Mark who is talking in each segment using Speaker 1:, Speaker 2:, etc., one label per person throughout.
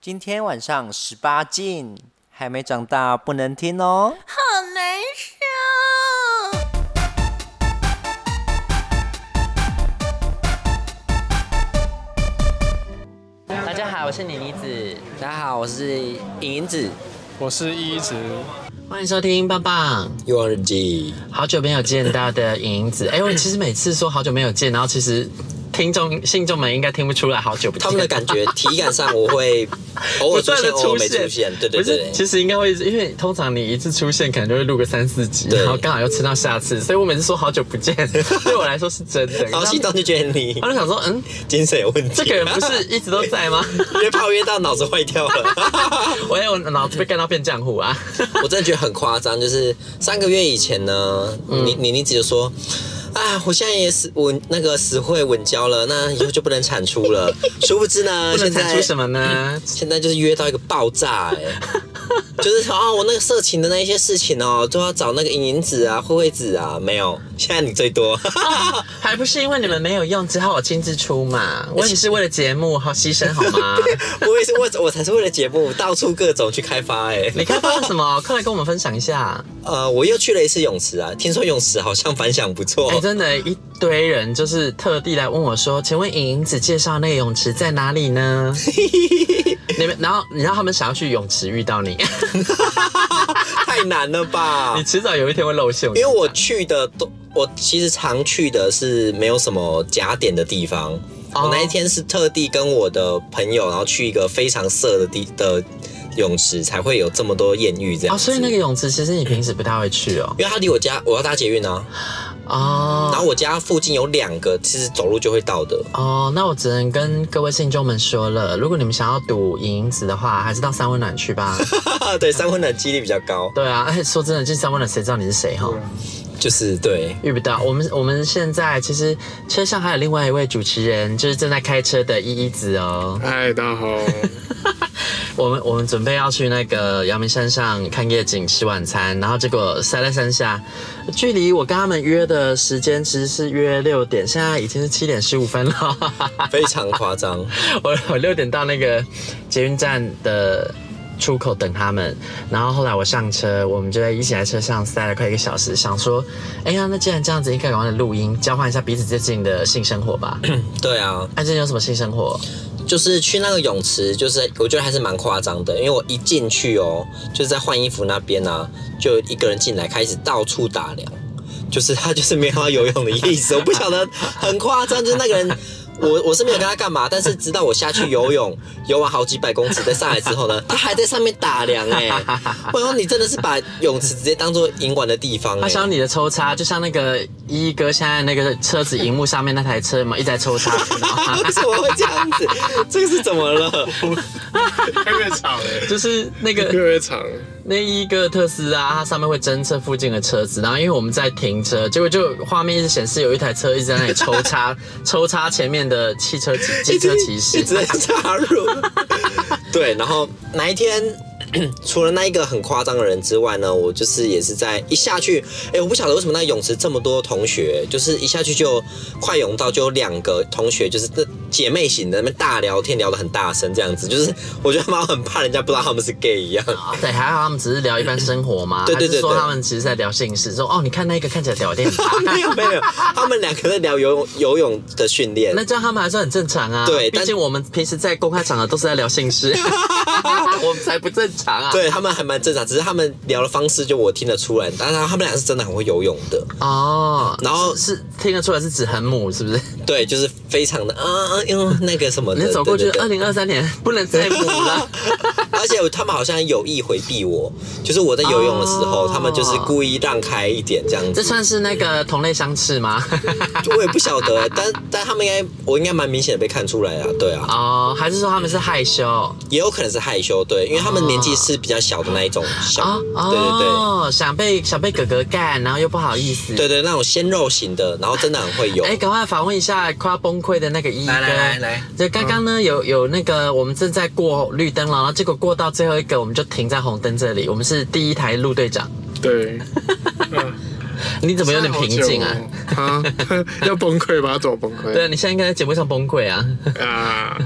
Speaker 1: 今天晚上十八禁，还没长大不能听哦。
Speaker 2: 好难受。
Speaker 3: 大家好，我是妮妮子，
Speaker 4: 大家好，我是影影子，
Speaker 5: 我是一直
Speaker 3: 欢迎收听棒棒，
Speaker 4: 欲望日记。
Speaker 3: 好久没有见到的影影子。哎、我其实每次说好久没有见，然后其实听众信众们应该听不出来好久不见
Speaker 4: 他们的感觉，体感上我 会偶
Speaker 3: 不
Speaker 4: 尔出
Speaker 3: 断的
Speaker 4: 现，偶
Speaker 3: 出
Speaker 4: 尔没
Speaker 3: 现，
Speaker 4: 出现。对对
Speaker 3: 不是
Speaker 4: 对
Speaker 3: 其
Speaker 4: 对，
Speaker 3: 实应该会一直，因为通常你一次出现，可能就会录个三四集，
Speaker 4: 对
Speaker 3: 然后刚好又吃到下次，所以我每次说好久不 见，对我来说是真的。
Speaker 4: 然后心
Speaker 3: 然
Speaker 4: 动就觉得你
Speaker 3: 后就想说，嗯，
Speaker 4: 精神有问题。
Speaker 3: 这个人不 是一直都在吗？
Speaker 4: 越泡越到脑子坏掉了。
Speaker 3: 我也有脑子被干到变浆糊啊！
Speaker 4: 我真的觉得很夸张，就是三个月以前呢，
Speaker 3: 嗯
Speaker 4: 你你你姐就说。啊！我现在也死稳那个死会稳交了，那以后就不能产出了。殊不知呢，
Speaker 3: 不能
Speaker 4: 现
Speaker 3: 产
Speaker 4: 在
Speaker 3: 出什么呢？
Speaker 4: 现在就是约到一个爆炸、欸， 就是说哦，我那个色情的那一些事情哦，都要找那个银银子啊、慧慧子啊，没有，现在你最多，
Speaker 3: 还不是因为你们没有用，只好我亲自出嘛。我也是为了节目好牺牲好吗？
Speaker 4: 我也是我我才是为了节目到处各种去开发、欸，
Speaker 3: 你开发了什么？快来跟我们分享一下。
Speaker 4: 呃，我又去了一次泳池啊，听说泳池好像反响不错，
Speaker 3: 哎、真的，一堆人就是特地来问我说：“请问莹莹子介绍那个泳池在哪里呢？”你们，然后你让他们想要去泳池遇到你，
Speaker 4: 太难了吧
Speaker 3: 你？迟早有一天会露馅。
Speaker 4: 因为我
Speaker 3: 知
Speaker 4: 去的都，我其实常去的是没有什么假点的地方。
Speaker 3: 哦
Speaker 4: 我那一天是特地跟我的朋友，然后去一个非常色的地的泳池，才会有这么多艳遇这
Speaker 3: 道
Speaker 4: 样
Speaker 3: 哦，
Speaker 4: 子。
Speaker 3: 所以那个泳池其实你平时不太会去哦。
Speaker 4: 因为他离我家，我要搭捷运啊，然
Speaker 3: 哦
Speaker 4: 后我家附近有两个，其实走路就会 到的。
Speaker 3: 哦，那我只能跟各位信众们说了，如果你们想要赌莹莹子的话，还是到三温暖去吧。
Speaker 4: 对，三温暖几率比较高，
Speaker 3: 对啊，而 且说真的，进三温暖谁知道你是谁哈？
Speaker 4: 就是对。
Speaker 3: 遇不到。我们我们现在其实车上还有另外一位主持人，就是正在开车的依依子哦。
Speaker 5: 嗨，大家好，
Speaker 3: 我们我们准备要去那个阳明山上看夜景、吃晚餐，然后结果塞在山下，距离我跟他们约的时间其实是约六点，现在已经是七点十五分了。
Speaker 4: 非常夸张，
Speaker 3: 我我六点到那个捷运站的出口等他们，然后后来我上车，我们就在一起在车上塞了快一个小时，想说，哎呀，那既然这样子，应该赶快录音，交换一下彼此最近的性生活吧。
Speaker 4: 对啊，
Speaker 3: 哎，最近有什么性生活？
Speaker 4: 就是去那个泳池，就是我觉得还是蛮夸张的，因为我一进去哦，就是在换衣服那边啊，就有一个人进来开始到处打量，就是 他就是没有要游泳的意思，我不晓得很夸张，就是那个人。我 我是没有跟他干嘛，但是直到我下去游泳，游完好几百公尺，在上来之后呢，他还在上面打量哎、我说你真的是把泳池直接当做饮管的地方哎、
Speaker 3: 他想你的抽插，就像那个一一哥现在那个车子荧幕上面那台车嘛，一直在抽插。然后
Speaker 4: 为什么会这样子？这个是怎么了？
Speaker 5: 越来越长哎，
Speaker 3: 就是那个
Speaker 5: 越来越长，
Speaker 3: 那一个特斯拉，它上面会侦测附近的车子，然后因为我们在停车，结果就画面一直显示有一台车一直在那里抽插， 抽插前面的汽车 骑机车骑
Speaker 4: 一
Speaker 3: 士。
Speaker 4: 直在插入。对，然后哪一天？ 除了那一个很夸张的人之外呢，我就是也是在一下去，哎、我不晓得为什么那泳池这么多同学，就是一下去就快泳道就有两个同学，就是这姐妹型的那边大聊天，聊得很大声这样子，就是我觉得他们好像很怕人家不知道他们是 gay 一样。啊
Speaker 3: 啊对，还好他们只是聊一般生活嘛，
Speaker 4: 对对对
Speaker 3: 还是说
Speaker 4: 对
Speaker 3: 他们其实在聊性事，说哦，你看那个看起来屌点，
Speaker 4: 没有没有，他们两个在聊游泳游泳的训练
Speaker 3: 那，这样他们还算很正常啊。
Speaker 4: 对
Speaker 3: 毕
Speaker 4: 但
Speaker 3: 竟我们平时在公开场合都是在聊性 事，我们才不正常啊。
Speaker 4: 对他们还蛮正常，只是他们聊的方式就我听得出来，但是他们俩是真的很会游泳的。
Speaker 3: 哦，
Speaker 4: 然后
Speaker 3: 是是听得出来是指很母是不是？
Speaker 4: 对，就是非常的啊啊，因为那个什么的，
Speaker 3: 你走过去
Speaker 4: 对，对对
Speaker 3: 二零二三年不能再补了。
Speaker 4: 而且他们好像有意回避我，就是我在游泳的时候，
Speaker 3: 哦
Speaker 4: 他们就是故意让开一点这样
Speaker 3: 这
Speaker 4: 子。
Speaker 3: 算是那个同类相斥 吗？
Speaker 4: 我也不晓得、但但他们应该，我应该蛮明显的被看出来啊，对啊，
Speaker 3: 哦，还是说他们是害羞？哦
Speaker 4: 也有可能是害羞，对，因为他们年纪是比较小的那一种小，对对对。
Speaker 3: 哦，想被想被哥哥干，然后又不好意思。
Speaker 4: 对对，那种鲜肉型的，然后真的很会游。
Speaker 3: 哎，赶快访问一下快要崩溃的那个一哥。
Speaker 4: 来来来来，嗯
Speaker 3: 就刚刚呢，有有那个我们正在过绿灯了，然后结果过到最后一个，我们就停在红灯这里。我们是第一台陆队长，
Speaker 5: 对，
Speaker 3: 你怎
Speaker 5: 怎
Speaker 3: 么有点平静啊？？
Speaker 5: 啊， 要崩溃吧？怎么崩
Speaker 3: 对啊，
Speaker 5: 溃？
Speaker 3: 你现在应该在节目上崩溃 啊！
Speaker 5: 啊，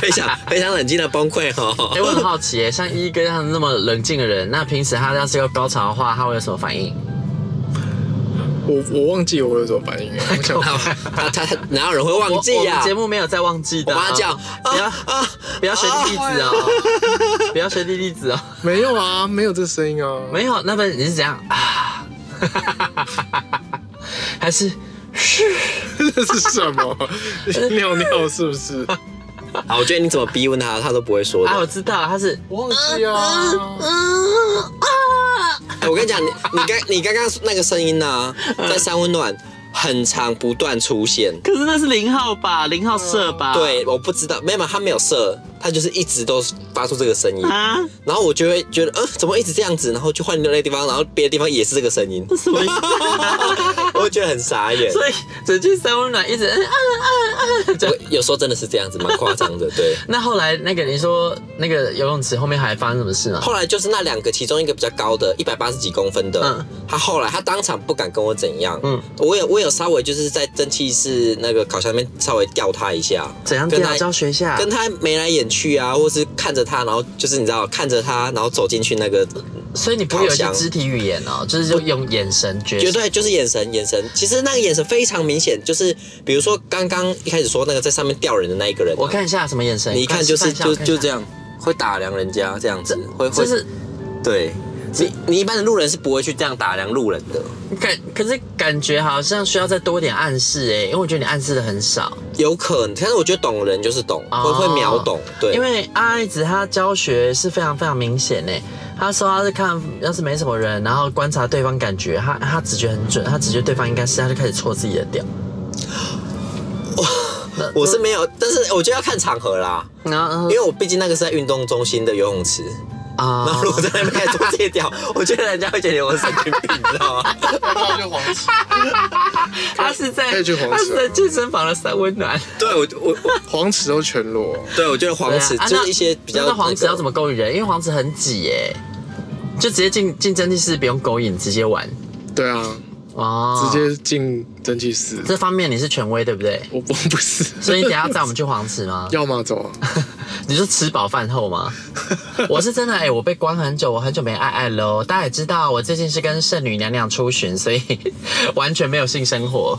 Speaker 4: 非常非常冷静的崩 溃
Speaker 3: 哎、
Speaker 4: 哦。
Speaker 3: 我很好奇耶，像一哥这样那么冷静的人，那平时他要是有高潮的话，他会有什么反 应？
Speaker 5: 我我忘记我有什么反应了，我想
Speaker 4: 他他他哪有人会忘记
Speaker 3: 我我
Speaker 4: 呀、
Speaker 3: 们
Speaker 4: 啊
Speaker 3: 节？目没有在忘记
Speaker 4: 我
Speaker 3: 的、
Speaker 4: 帮他叫，
Speaker 3: 不要、
Speaker 4: 啊啊，
Speaker 3: 不要学弟弟子哦， 不要学弟弟子哦。
Speaker 5: 没有啊，没有这声音啊，
Speaker 3: 没有，那么你是怎样啊？ 还是
Speaker 5: 这是什 么？尿尿是不是？
Speaker 4: 啊，我觉得你怎么逼问他，他都不会说的。
Speaker 3: 啊，我知道他是
Speaker 5: 忘记啊，
Speaker 4: 哎我跟你讲，你你刚你刚刚那个声音呢、在三温暖很长不断出现。
Speaker 3: 嗯可是那是零号吧，零号社吧？
Speaker 4: 对，我不知道，没有，他没有射，他就是一直都发出这个声音，
Speaker 3: 啊，
Speaker 4: 然后我就会觉得，呃，怎么一直这样子？然后就换另外一个地方，然后别的地方也是这个声音，
Speaker 3: 什么意思？
Speaker 4: 我会觉得很傻眼。
Speaker 3: 所以整句三温暖一直嗯啊啊啊这样
Speaker 4: 我有时候真的是这样子，蛮夸张的。对，
Speaker 3: 那后来那个你说那个游泳池后面还发生什么事吗？
Speaker 4: 后来就是那两个，其中一个比较高的，一百八十几公分的，
Speaker 3: 嗯
Speaker 4: 他后来他当场不敢跟我怎样，
Speaker 3: 嗯
Speaker 4: 嗯，我有我有稍微就是在蒸汽室那个烤箱那边稍微吊他一下，
Speaker 3: 怎样
Speaker 4: 跟
Speaker 3: 调
Speaker 4: 他
Speaker 3: 教学一下？
Speaker 4: 跟他眉来眼去啊，或是看着他，然后就是你知道看着他，然后走进去那个，
Speaker 3: 所以你不会有一些
Speaker 4: 烤箱
Speaker 3: 肢体语言哦，就是就用眼神决
Speaker 4: 绝
Speaker 3: 绝
Speaker 4: 对就是眼神眼神，其实那个眼神非常明显，就是比如说刚刚一开始说那个在上面吊人的那一个人啊、
Speaker 3: 我看一下什么眼神，
Speaker 4: 你一看就是
Speaker 3: 快示范
Speaker 4: 就
Speaker 3: 一下
Speaker 4: 就这。
Speaker 3: 我看一下
Speaker 4: 样，会打量人家这样子，会会
Speaker 3: 就是
Speaker 4: 对。你你一般的路人是不会去这样打量路人的，
Speaker 3: 感，可是感觉好像需要再多一点暗示哎，因为我觉得你暗示的很少。
Speaker 4: 有可能，但是我觉得懂人就是懂，
Speaker 3: 哦
Speaker 4: 会会秒懂，对，
Speaker 3: 因为阿爱子她教学是非常非常明显诶，她说她是看要是没什么人，然后观察对方感觉，她她直觉很准，她直觉对方应该是，她就开始戳自己的屌。那
Speaker 4: 我是没有，但是我觉得要看场合啦，
Speaker 3: 然后
Speaker 4: 因为我毕竟那个是在运动中心的游泳池，
Speaker 3: 嗯啊
Speaker 4: 嗯然后如果在那边开始做这 掉，我觉得人家会觉得我神经病，你知道吗？
Speaker 5: 那就黄旗，
Speaker 3: 他是在
Speaker 5: 可以去黄
Speaker 3: 他
Speaker 5: 色
Speaker 3: 是在健身房的三温暖。
Speaker 4: 对我我我
Speaker 5: 黄池都全裸，
Speaker 4: 对我觉得黄池
Speaker 3: 对啊啊
Speaker 4: 就
Speaker 3: 那
Speaker 4: 是一些比较
Speaker 3: 那黄池要怎
Speaker 4: 么
Speaker 3: 么勾引人？因为黄池很挤耶，就直接进进蒸汽室，不用勾引，直接玩
Speaker 5: 对啊，
Speaker 3: 哦。
Speaker 5: 直接进蒸汽室，
Speaker 3: 这方面你是权威对不对？
Speaker 5: 我我不是，？
Speaker 3: 所以你等一下载我们去黄池吗
Speaker 5: 要吗？走啊，
Speaker 3: 你是吃饱饭后 吗？我是真的哎、我被关很久，我很久没爱爱喽。大家也知道，我最近是跟圣女娘娘出巡，所以 完全没有性生活，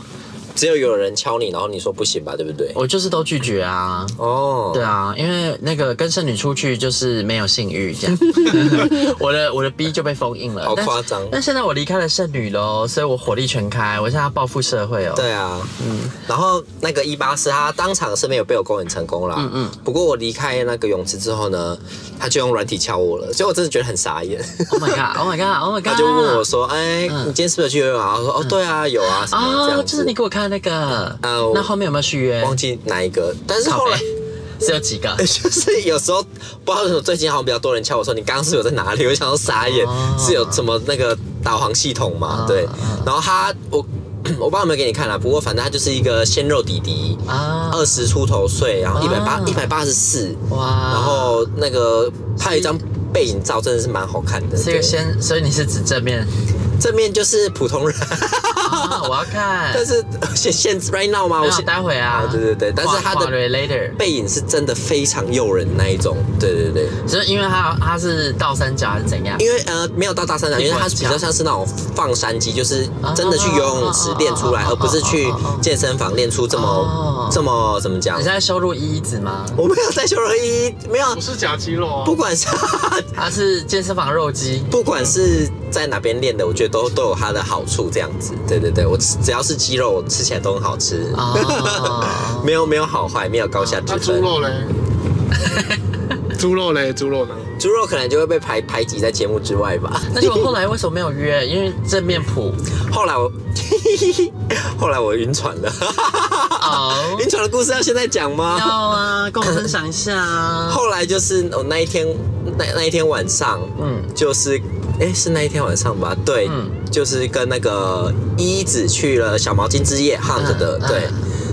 Speaker 4: 只有有人敲你，然后你说不行吧，对不对？
Speaker 3: 我就是都拒绝啊。
Speaker 4: 哦，
Speaker 3: 对啊，因为那个跟剩女出去就是没有性欲 这样，我的我的 B 就被封印了，
Speaker 4: 好
Speaker 3: 但是
Speaker 4: 夸张
Speaker 3: 但现在我离开了剩女喽，所以我火力全开，我现在要报复社会哦。
Speaker 4: 对啊，嗯，然后那个一八四他当场是没有被我勾引成功啦，嗯嗯，不过我离开那个泳池之后呢，他就用软体敲我了，所以我真的觉得很傻眼。
Speaker 3: ，Oh my god，Oh my god，Oh my god，
Speaker 4: 他就问我说：“哎、你今天是不是有去游泳啊？”我说：“哦，对啊，有啊，什么这
Speaker 3: 啊，
Speaker 4: 样
Speaker 3: 嗯就是
Speaker 4: 子
Speaker 3: 你。给我看那个，
Speaker 4: 啊我
Speaker 3: 那后面有没有续约？
Speaker 4: 忘哎记哪一个，但是后来？
Speaker 3: 靠北是有几个
Speaker 4: 就是有时候不知道为什么，最近好像比较多人敲我说：“你刚刚是有在哪里？”我想要傻眼，
Speaker 3: 哦啊
Speaker 4: 是有什么那个导航系统嘛？对，然后他我 我不知道有没有给你看啦，不过反正他就是一个鲜肉弟弟。
Speaker 3: 啊，
Speaker 4: 二十出头岁，然后一百八
Speaker 3: 啊
Speaker 4: 一百八十四，
Speaker 3: 哇，
Speaker 4: 然后那个拍了一张背影照，真的是蛮好看的。
Speaker 3: 这个
Speaker 4: 对
Speaker 3: 先，所以你是指正面？
Speaker 4: 正面就是普通人，
Speaker 3: 啊，我要看，
Speaker 4: 但是 现现 right now 吗？
Speaker 3: 没
Speaker 4: 我
Speaker 3: 有
Speaker 4: 现
Speaker 3: 待会啊，
Speaker 4: 对对对，但是他
Speaker 3: 华华瑞
Speaker 4: 的
Speaker 3: later，
Speaker 4: 背影是真的非常诱人那一种，对对对，
Speaker 3: 就是因为他他是倒三角还是怎样？
Speaker 4: 因为呃没有到大三角，因为它比较像是那种放山肌，就是真的去游泳池练出来，
Speaker 3: 哦哦哦哦哦哦
Speaker 4: 而不是去健身房练出这
Speaker 3: 哦
Speaker 4: 么这么怎么讲
Speaker 3: 你是？在收录一子吗？
Speaker 4: 我没有在修容一，没有，
Speaker 5: 是假肌肉啊
Speaker 4: 不管是
Speaker 3: 他是健身房肉鸡
Speaker 4: 不管是在哪边练的，我觉觉都都有它的好处，这样子。对对对，我吃只要是鸡肉，我吃起来都很好吃，
Speaker 3: 啊哦，
Speaker 4: 没有没有好坏，没有高下
Speaker 3: 啊
Speaker 5: 那
Speaker 4: 之
Speaker 5: 猪
Speaker 4: 分。
Speaker 5: 肉嘞？猪肉嘞？猪肉呢？
Speaker 4: 猪肉可能就会被排排挤在节目之外吧。
Speaker 3: 那就我后来为什么没有约？因为正面谱
Speaker 4: 后来我， 后来我晕船了。
Speaker 3: 哦，
Speaker 4: 晕船的故事要现在讲吗？
Speaker 3: 要啊，跟我分享一下 啊。
Speaker 4: 后来就是我那一天，那那一天晚上，
Speaker 3: 嗯
Speaker 4: 嗯，就是，哎、是那一天晚上吧？对，
Speaker 3: 嗯
Speaker 4: 就是跟那个一子去了小毛巾之夜 hunt 的，
Speaker 3: 嗯
Speaker 4: 对。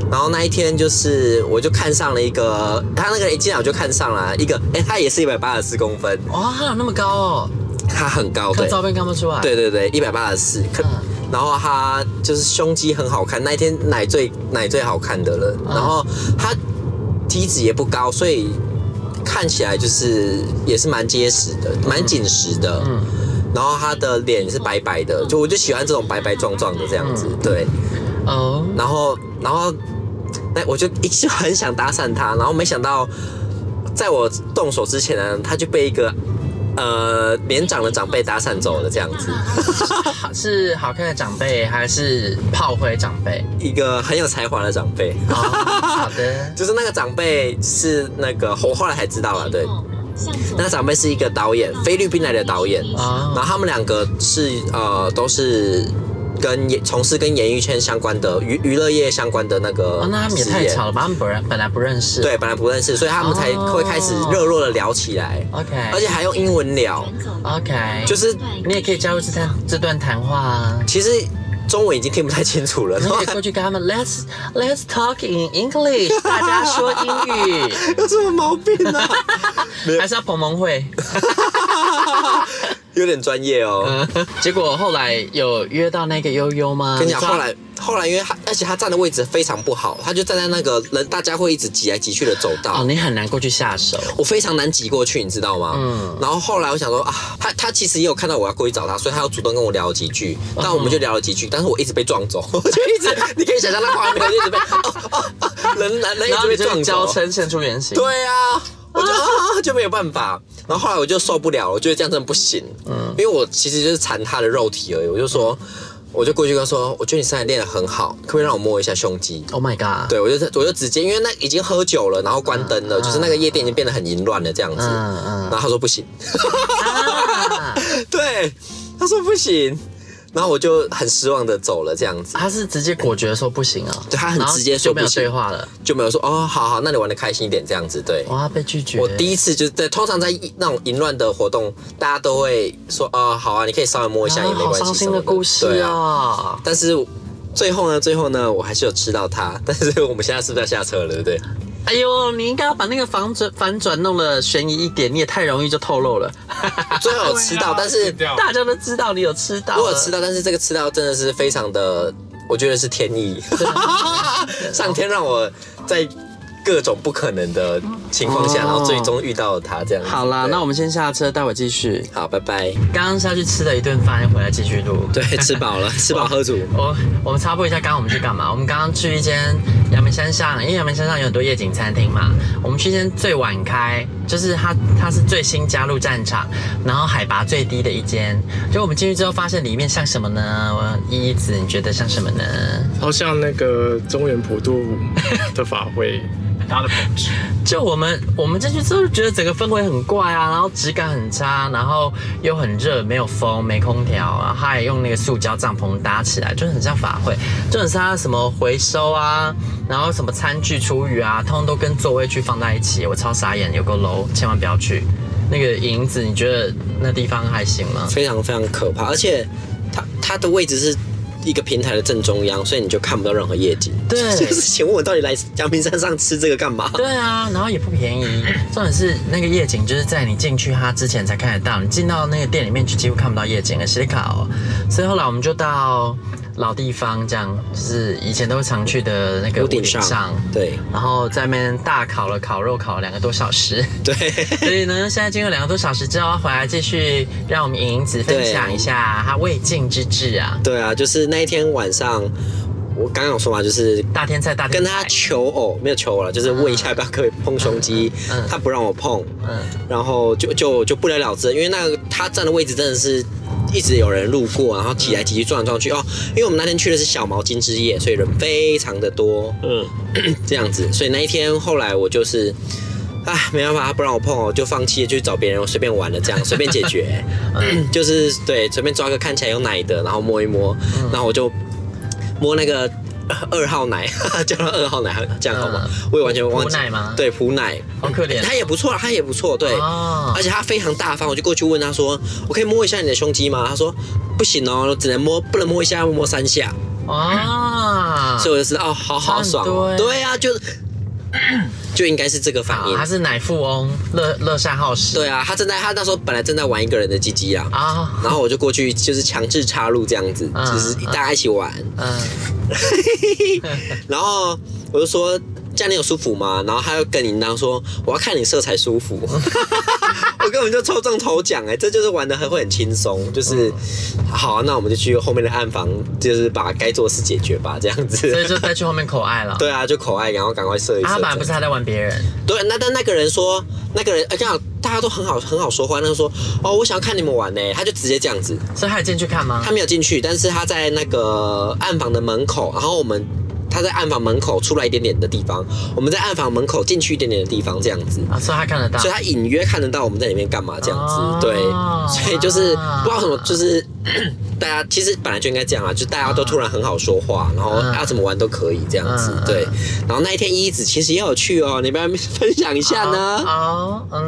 Speaker 4: 然后那一天就是，我就看上了一个，他那个一进来我就看上了一个，哎、他也是一百八十四公分，
Speaker 3: 哇，他有那么高哦，
Speaker 4: 他很高，
Speaker 3: 看
Speaker 4: 哦对，
Speaker 3: 照片看不出来。
Speaker 4: 对对对，一百八十四。可
Speaker 3: 嗯
Speaker 4: 然后他就是胸肌很好看，那一天奶最奶最好看的了。
Speaker 3: 嗯
Speaker 4: 然后他体脂也不高，所以看起来就是也是蛮结实的，蛮紧实的。
Speaker 3: 嗯
Speaker 4: 然后他的脸是白白的，就我就喜欢这种白白壮壮的这样子。
Speaker 3: 嗯
Speaker 4: 对，
Speaker 3: 哦，
Speaker 4: 然后然后那我就一直很想搭讪他，然后没想到在我动手之前呢，他就被一个呃年长的长辈搭讪走了这样子。
Speaker 3: 嗯是好看的长辈还是炮灰长辈？
Speaker 4: 一个很有才华的长 辈，
Speaker 3: 哦，好的，
Speaker 4: 就是那个长辈是那个我后来才知道了，对，那个长辈是一个导演，
Speaker 3: 嗯
Speaker 4: 菲律宾来的导演，然后
Speaker 3: 哦，
Speaker 4: 他们两个是呃都是跟演从事跟演艺圈相关的娱娱乐业相关的那个
Speaker 3: 哦，那他们也
Speaker 4: 职
Speaker 3: 太
Speaker 4: 嗯业
Speaker 3: 吵了吧？他们本来本来不认识。
Speaker 4: 对，本来不认识，所以他们才
Speaker 3: 哦
Speaker 4: 会开始热络的聊起来，
Speaker 3: ，OK，
Speaker 4: 而且还用英文聊，
Speaker 3: 哦 OK，
Speaker 4: 就是
Speaker 3: 你也可以加入这段这段谈话 啊。
Speaker 4: 其实中文已经听不太清 楚了，
Speaker 3: 你
Speaker 4: 然后
Speaker 3: 可以过去跟他们 Let's Let's talk in English，大 家说英语，
Speaker 4: 有什么毛病啊？ 没有
Speaker 3: 还是要彭盟会。
Speaker 4: 有点专业哦。
Speaker 3: 嗯结果后来有约到那个悠悠吗？
Speaker 4: 跟你讲，
Speaker 3: 知道
Speaker 4: 后来后来，因为他而且他站的位置非常不好，他就站在那个人大家会一直挤来挤去的走道。
Speaker 3: 哦，你很难过去下手。
Speaker 4: 我非常难挤过去，你知道吗？
Speaker 3: 嗯
Speaker 4: 嗯。然后后来我想说啊，他他其实也有看到我要过去找他，所以他有主动跟我聊了几句，
Speaker 3: 嗯
Speaker 4: 但我们就聊了几句，但是我一直被撞走， 我就一直，你可以想象那画面，我就一直被，哦哦哦，人人人一
Speaker 3: 然后
Speaker 4: 直
Speaker 3: 你
Speaker 4: 被
Speaker 3: 就
Speaker 4: 撞
Speaker 3: 娇
Speaker 4: 走，
Speaker 3: 嗔现出原形。
Speaker 4: 对啊，我就啊就没有办法。然后后来我就受不了，我觉得这样真的不行，嗯，因为我其实就是馋他的肉体而已，我就说，我就过去跟他说，我觉得你身材练得很好，可不可以让我摸一下胸肌？
Speaker 3: Oh my god。
Speaker 4: 对，我就我就直接，因为那已经喝酒了，然后关灯了，就是那个夜店已经变得很淫乱了这样子。
Speaker 3: 嗯
Speaker 4: 然 后他说不行，
Speaker 3: 嗯。啊
Speaker 4: 对，他说不行，然后我就很失望的走了这样子，
Speaker 3: 他是直接果决地说不行啊、
Speaker 4: 对他很直接说
Speaker 3: 然后就没有
Speaker 4: 不行
Speaker 3: 对话了，
Speaker 4: 就没有说哦，好好，那你玩的开心一点这样子，对。
Speaker 3: 哇，被拒绝。
Speaker 4: 我第一次就是在通常在那种淫乱的活动，大家都会说啊、好啊，你可以稍微摸一下、也
Speaker 3: 啊
Speaker 4: 没
Speaker 3: 好
Speaker 4: 关系。
Speaker 3: 伤心的故事
Speaker 4: 对啊。
Speaker 3: 啊！
Speaker 4: 但是最后呢，最后呢，我还是有吃到它。但是我们现在是不是要下车了，对不对？
Speaker 3: 哎呦，你应该要把那个反转反转弄得悬疑一点，你也太容易就透露了。
Speaker 4: 最后有吃到，但是
Speaker 5: 对啊
Speaker 3: 大家都知道你有吃到，
Speaker 4: 我有吃，到，但是这个吃到真的是非常的，我觉得是天意， 上天让我在各种不可能的情况
Speaker 3: 哦
Speaker 4: 下，然后最终遇到了它这样子。
Speaker 3: 好啦，
Speaker 4: 对
Speaker 3: 那我们先下车，待会继续。
Speaker 4: 好，拜拜。
Speaker 3: 刚刚下去吃了一顿饭，回来继续录。
Speaker 4: 对，吃饱了，吃饱喝足。
Speaker 3: 我我们插播一下，刚刚我们去干嘛？我们刚刚去一间阳明山上，因为阳明山上有很多夜景餐厅嘛，我们去一间最晚开，就是它它是最新加入战场，然后海拔最低的一间。就我们进去之后，发现里面像什么呢？我依子，你觉得像什么呢？
Speaker 5: 好像那个中原普渡的法 会，他的本质。
Speaker 3: 就我们我们进去之后，觉得整个氛围很怪啊，然后质感很差，然后又很热，没有风，没空调，然后还用那个塑胶帐篷搭起来，就很像法会，就很像什么回收啊， 然后什么餐具、厨余啊，通通都跟座位区放在一起，我超傻眼，有个楼千万不要去。那个银子，你觉得那地方还行吗？
Speaker 4: 非常非常可怕，而且它它的位置是一个平台的正中央，所以你就看不到任何夜景。
Speaker 3: 对
Speaker 4: 就是请问我到底来阳明山上吃这个干嘛？
Speaker 3: 对啊，然后也不便宜。重点是那个夜景，就是在你进去它之前才看得到，你进到那个店里面就几乎看不到夜景了，写卡哦。所以后来我们就到老地方，这样就是以前都会常去的那个
Speaker 4: 屋顶上，对
Speaker 3: 然后在那边大烤了烤肉，烤了两个多小 时。
Speaker 4: 对，
Speaker 3: 所以呢，现在经过两个多小时之后，回来继续让我们莹莹子分享一下她未尽之志啊。
Speaker 4: 对啊，就是那一天晚上，我刚刚有说嘛，就是
Speaker 3: 大天菜大天
Speaker 4: 跟
Speaker 3: 菜
Speaker 4: 他求偶，没有求偶了，就是问一下要不要可以碰胸肌
Speaker 3: 嗯，
Speaker 4: 他不让我碰，
Speaker 3: 嗯
Speaker 4: 然后就就就不了了之，因为那个他站的位置真的是一直有人路过，然后挤来挤去撞来撞去哦。因为我们那天去的是小毛巾之夜，所以人非常的多，
Speaker 3: 嗯，
Speaker 4: 这样子，所以那一天后来我就是。啊，没办法，他不让我碰哦，就放弃了，就去找别人，我随便玩了，这样随便解 决，
Speaker 3: 嗯
Speaker 4: 就是对，随便抓个看起来有奶的，然后摸一摸，
Speaker 3: 嗯
Speaker 4: 然后我就摸那个 二号奶， 叫他二号奶，这样好吗？我也完全忘
Speaker 3: 嗯
Speaker 4: 记
Speaker 3: 普奶吗
Speaker 4: 对，普奶，
Speaker 3: 好可怜
Speaker 4: 他也不错啊，他也不错，对，
Speaker 3: 哦
Speaker 4: 而且他非常大方，我就过去问他说：“我可以摸一下你的胸肌吗？”他说：“不行哦，只能摸，不能摸一下，要摸三下。
Speaker 3: 哇，
Speaker 4: 所以我就知道哦，好好
Speaker 3: 啊差很
Speaker 4: 爽
Speaker 3: 多
Speaker 4: 哦
Speaker 3: 欸，
Speaker 4: 对 啊，就就应该是这个反
Speaker 3: 好
Speaker 4: 应
Speaker 3: 啊他。是奶富翁，乐乐善好施，
Speaker 4: 对啊，他正在他那时候本来正在玩一个人的鸡鸡啊，
Speaker 3: 啊，
Speaker 4: 然后我就过去就是强制插入这样子，
Speaker 3: 嗯
Speaker 4: 就是大家一起玩，
Speaker 3: 嗯，
Speaker 4: 然后我就说。这样你有舒服吗？然后他又更淫荡说：“我要看你色彩舒 服。”我根本就抽中头奖哎、这就是玩的很会很轻松，就是、
Speaker 3: 嗯
Speaker 4: 好、啊，那我们就去后面的暗房，就是把该做的事解决吧，这样
Speaker 3: 所以
Speaker 4: 子。
Speaker 3: 就再去后面口爱了。
Speaker 4: 对啊，就口爱，然后赶快射一射。
Speaker 3: 啊，他本来
Speaker 4: 这样
Speaker 3: 不是他在玩别人，
Speaker 4: 对，那但那个人说，那个人，而且大家都很好，很好说话。那个说，哦，我想要看你们玩呢，他就直接这样子，
Speaker 3: 啊所以他有进去看吗
Speaker 4: 他？没有进去，但是他在那个暗房的门口，然后我们他在暗房门口出来一点点的地方，我们在暗房门口进去一点点的地方，这样子。
Speaker 3: 啊，所以他看得到
Speaker 4: 所以。他隐约看得到我们在里面干嘛这样子，
Speaker 3: 哦
Speaker 4: 对，所以就是
Speaker 3: 啊
Speaker 4: 不知道什么，就是 大家其实本来就应该这样啊，就大家都突然很好说话，然后
Speaker 3: 嗯
Speaker 4: 要怎么玩都可以这样子
Speaker 3: 嗯，
Speaker 4: 对。然后那一天一子其实也有去哦，你不要分享一下呢？
Speaker 3: 哦，
Speaker 5: 而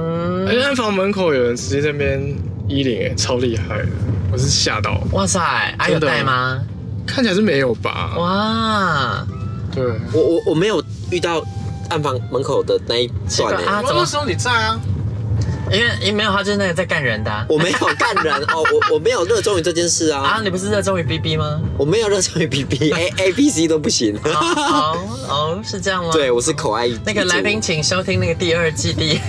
Speaker 5: 且
Speaker 3: 嗯，
Speaker 5: 哎暗房门口有人直接在那边衣领，哎，超厉害的，我是吓到，
Speaker 3: 哇塞，啊有
Speaker 5: 真的
Speaker 3: 带吗？
Speaker 5: 看起来是没有吧？
Speaker 3: 哇，
Speaker 5: 对，
Speaker 4: 我我我没有遇到暗房门口的那一
Speaker 3: 奇
Speaker 4: 段
Speaker 3: 怪
Speaker 4: 欸呢
Speaker 3: 啊，怎么？
Speaker 5: 候你在啊？
Speaker 3: 因为因为没有，他就是那个在干人的啊。
Speaker 4: 我没有干人哦，我我没有热衷于这件事
Speaker 3: 啊，
Speaker 4: 啊，
Speaker 3: 你不是热衷于 BB 吗？
Speaker 4: 我没有热衷于 B B A A B C 都不行。
Speaker 3: 哦哦，哦是这样吗？
Speaker 4: 对，我是口爱一
Speaker 3: 那个来宾，请收听那个第二季 第。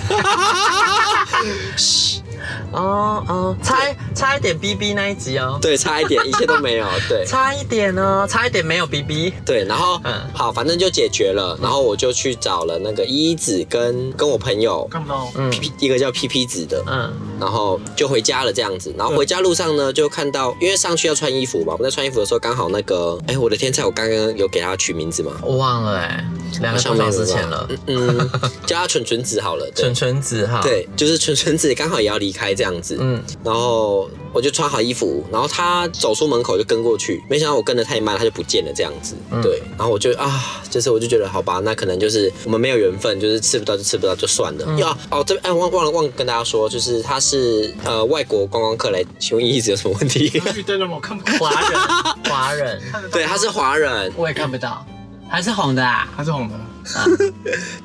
Speaker 3: 哦哦，差一差一点 BB 那一集哦，
Speaker 4: 对，差一点，一切都没有，对。
Speaker 3: 差一点哦，差一点没有 BB。
Speaker 4: 对，然后、
Speaker 3: 嗯
Speaker 4: 好，反正就解决了。然后我就去找了那个一子跟跟我朋友
Speaker 5: 看不到。
Speaker 3: 嗯
Speaker 4: P P 一个叫 P P 子的，
Speaker 3: 嗯
Speaker 4: 然后就回家了这样子。然后回家路上呢，就看到因为上去要穿衣服嘛，我们在穿衣服的时候刚好那个，哎，我的天才，我刚刚有给他取名字吗？
Speaker 3: 我忘了哎、两个多小时前了。
Speaker 4: 嗯，叫他蠢蠢子好了。对
Speaker 3: 纯纯子哈，，
Speaker 4: 对，就是蠢蠢子刚好也要离开这样子。
Speaker 3: 嗯，
Speaker 4: 然后我就穿好衣服，然后他走出门口就跟过去，没想到我跟得太慢，他就不见了这样子。
Speaker 3: 嗯
Speaker 4: 对，然后我就啊，就是我就觉得好吧，那可能就是我们没有缘分，就是吃不到就吃不到就算
Speaker 3: 嗯
Speaker 4: 了。要、哦，这哎忘忘了忘了跟大家说，就是他是呃外国观光客来，请问一直有什么 问题？
Speaker 5: 绿灯了吗？我看不到。
Speaker 3: 华 人，华人，
Speaker 4: 对，他是华人，
Speaker 3: 我也看不到，还是红的啊，
Speaker 5: 它是红的。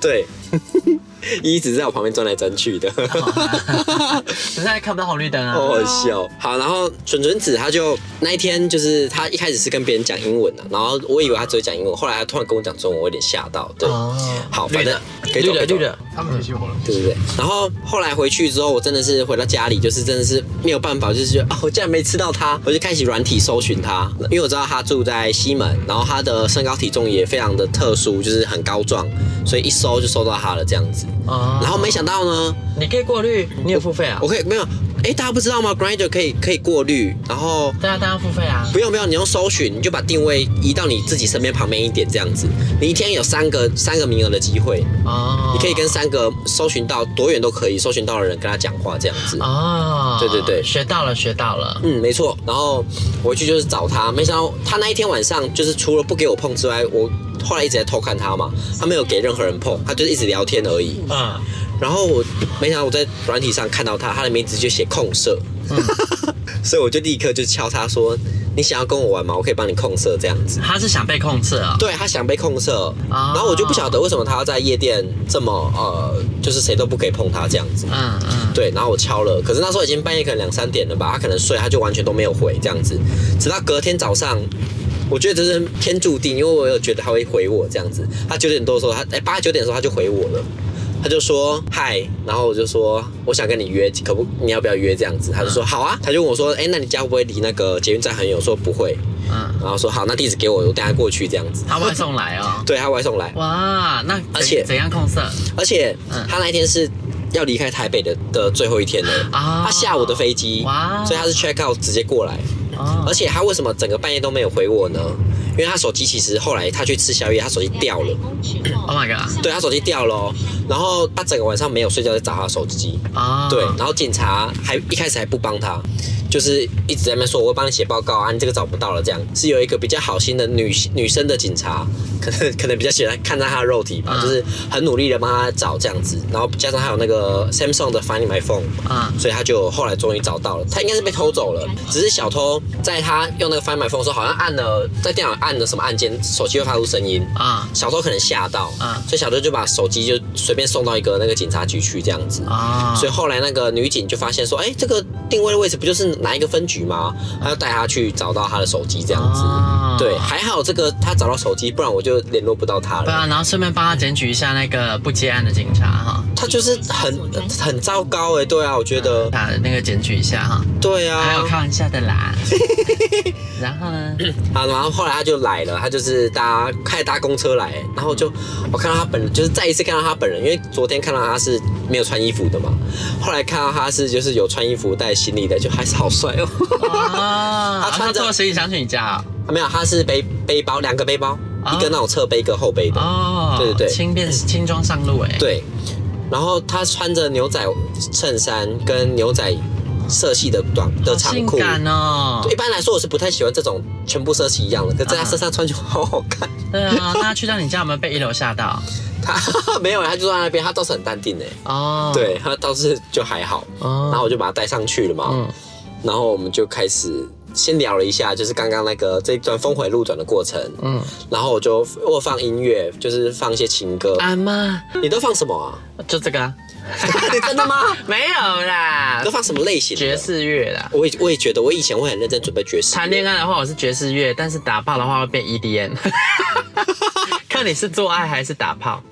Speaker 4: 对， 一直在我旁边转来转 去的。
Speaker 3: 只是还看不到红绿灯啊。
Speaker 4: 好好笑。好，然后准准子他就那一天就是他一开始是跟别人讲英文的、然后我以为他只会讲英文，后来他突然跟我讲中文，我有点吓到。对，
Speaker 3: 哦，
Speaker 4: 好，反正可以
Speaker 3: 绿
Speaker 4: 走，
Speaker 3: 的
Speaker 4: 可以走
Speaker 3: 绿，的，
Speaker 5: 他们提醒我了。
Speaker 4: 对对对。然后后来回去之后，我真的是回到家里，就是真的是没有办法，就是觉得哦，我竟然没吃到他，我就开始软体搜寻他，因为我知道他住在西门，然后他的身高体重也非常的特殊，就是很高壮，所以一搜就搜到他了这样子。
Speaker 3: 哦，
Speaker 4: 然后没想到呢，
Speaker 3: 你可以过滤，你有付费啊
Speaker 4: 我？可以没有，哎，大家不知道吗？Grinder 可以可以过滤，然后
Speaker 3: 对啊，大家付费啊。
Speaker 4: 不用不用，你用搜寻，你就把定位移到你自己身边旁边一点，这样子，你一天有三个三个名额的机会，
Speaker 3: 哦，
Speaker 4: 你可以跟三个搜寻到多远都可以，搜寻到的人跟他讲话这样子。
Speaker 3: 哦，
Speaker 4: 对对对
Speaker 3: 学到了，学到了。
Speaker 4: 嗯，没错。然后我回去就是找他，没想到他那一天晚上就是除了不给我碰之外，我后来一直在偷看他嘛，他没有给任何人碰，他就是一直聊天而已。
Speaker 3: 嗯，
Speaker 4: 然后我没想到我在软体上看到他，他的名字就写控色， 所以我就立刻就敲他说：“你想要跟我玩吗？我可以帮你控色这样子。”
Speaker 3: 他是想被控制啊。
Speaker 4: 对他想被控色，
Speaker 3: 啊
Speaker 4: 然后我就不晓得为什么他要在夜店这么呃，就是谁都不可以碰他这样子。
Speaker 3: 嗯嗯，
Speaker 4: 对，然后我敲了，可是那时候已经半夜可能两三点了吧，他可能睡，他就完全都没有回这样子，直到隔天早上，我觉得这是天注定，因为我有觉得他会回我这样子。他九点多的时候，他哎八九点的时候他就回我了，他就说嗨，然后我就说我想跟你约，可不你要不要约这样子？他就说好啊，他就问我说，哎，那你家会不会离那个捷运站很远？我说不会，
Speaker 3: 嗯，
Speaker 4: 然后说好，那地址给我，我等下过去这样子。
Speaker 3: 他外送来哦。
Speaker 4: 对他外送来，
Speaker 3: 哇，那
Speaker 4: 而
Speaker 3: 怎
Speaker 4: 且
Speaker 3: 怎样控色？
Speaker 4: 而且
Speaker 3: 嗯
Speaker 4: 他那一天是要离开台北的的最后一天了，
Speaker 3: 啊
Speaker 4: 他下午的飞机
Speaker 3: 哇，
Speaker 4: 所以他是 check out 直接过来。
Speaker 3: 哦
Speaker 4: 而且他为什么整个半夜都没有回我呢？因为他手机其实后来他去吃宵夜，他手机掉了，
Speaker 3: ，Oh my god，
Speaker 4: 对他手机掉了哦，然后他整个晚上没有睡觉在找他手机，
Speaker 3: 啊，
Speaker 4: 对，然后警察还一开始还不帮他，就是一直在那边说我会帮你写报告啊，你这个找不到了这样。是有一个比较好心的女女生的警察，可能可能比较喜欢看到他的肉体吧，
Speaker 3: 嗯
Speaker 4: 就是很努力的帮他找这样子，然后加上还有那个 Samsung 的 Find My Phone，
Speaker 3: 嗯
Speaker 4: 所以他就后来终于找到了，他应该是被偷走了，只是小偷在他用那个 Find My Phone 的时候，好像按了在电脑按了什么按键，手机会发出声音。
Speaker 3: 啊
Speaker 4: 小偷可能吓到，
Speaker 3: 嗯
Speaker 4: 所以小偷就把手机就随便送到一个那个警察局去这样子，
Speaker 3: 啊，
Speaker 4: 所以后来那个女警就发现说，哎、这个定位的位置不就是哪一个分局吗？她就带她去找到她的手机这样子。
Speaker 3: 哦
Speaker 4: 对，还好这个她找到手机，不然我就联络不到她
Speaker 3: 对啊，
Speaker 4: 了。
Speaker 3: 然后顺便帮他检举一下那个不接案的警察哈，
Speaker 4: 她就是很很糟糕哎、对啊，我觉得，
Speaker 3: 把那个检举一下哈，
Speaker 4: 对
Speaker 3: 嗯还有
Speaker 4: 啊
Speaker 3: 开。玩笑的啦。 然后呢？
Speaker 4: 啊，然后后来她就来了，她就是搭开始搭公车来，然后就
Speaker 3: 嗯
Speaker 4: 我看到她本人，就是再一次看到她本人，因为昨天看到她是没有穿衣服的嘛，后来看到她是就是有穿衣服带行李的，就还是好帅哦。
Speaker 3: 啊，
Speaker 4: 他
Speaker 3: 他
Speaker 4: 穿着
Speaker 3: 坐行李箱去你家哦
Speaker 4: 啊没有，她是背背包两个背包，
Speaker 3: 啊
Speaker 4: 一个那种侧背，一个后背的。
Speaker 3: 哦，
Speaker 4: 对对对
Speaker 3: 轻便轻装上路哎，，
Speaker 4: 对，然后她穿着牛仔衬衫跟牛仔色系的短的
Speaker 3: 好
Speaker 4: 长
Speaker 3: 性
Speaker 4: 裤。
Speaker 3: 感哦
Speaker 4: 对一，般来说我是不太喜欢这种全部色系一样的，可在她
Speaker 3: 嗯
Speaker 4: 身上穿就好好 看。
Speaker 3: 对啊，那他去到你家有没有被一楼吓到？
Speaker 4: 她没有，她就坐在那边，她倒是很淡定哎。
Speaker 3: 哦，
Speaker 4: 对，她倒是就还好。
Speaker 3: 哦
Speaker 4: 然后我就把她带上去了嘛，
Speaker 3: 嗯
Speaker 4: 然后我们就开始先聊了一下，就是刚刚那个这一段峰回路转的过程。
Speaker 3: 嗯，
Speaker 4: 然后我就我有放音乐，就是放一些情歌。
Speaker 3: 阿妈
Speaker 4: 你都放 什么啊？
Speaker 3: 就这个啊，
Speaker 4: 你真的吗？
Speaker 3: 没有啦
Speaker 4: 你都，放什么类
Speaker 3: 啊
Speaker 4: 型？
Speaker 3: 爵。士乐啦。
Speaker 4: 我也我也觉得，我以前会很认真准备爵士。
Speaker 3: 谈恋爱的话，我是爵士乐，但是打炮的话会变 EDM。看你是做爱还是打炮，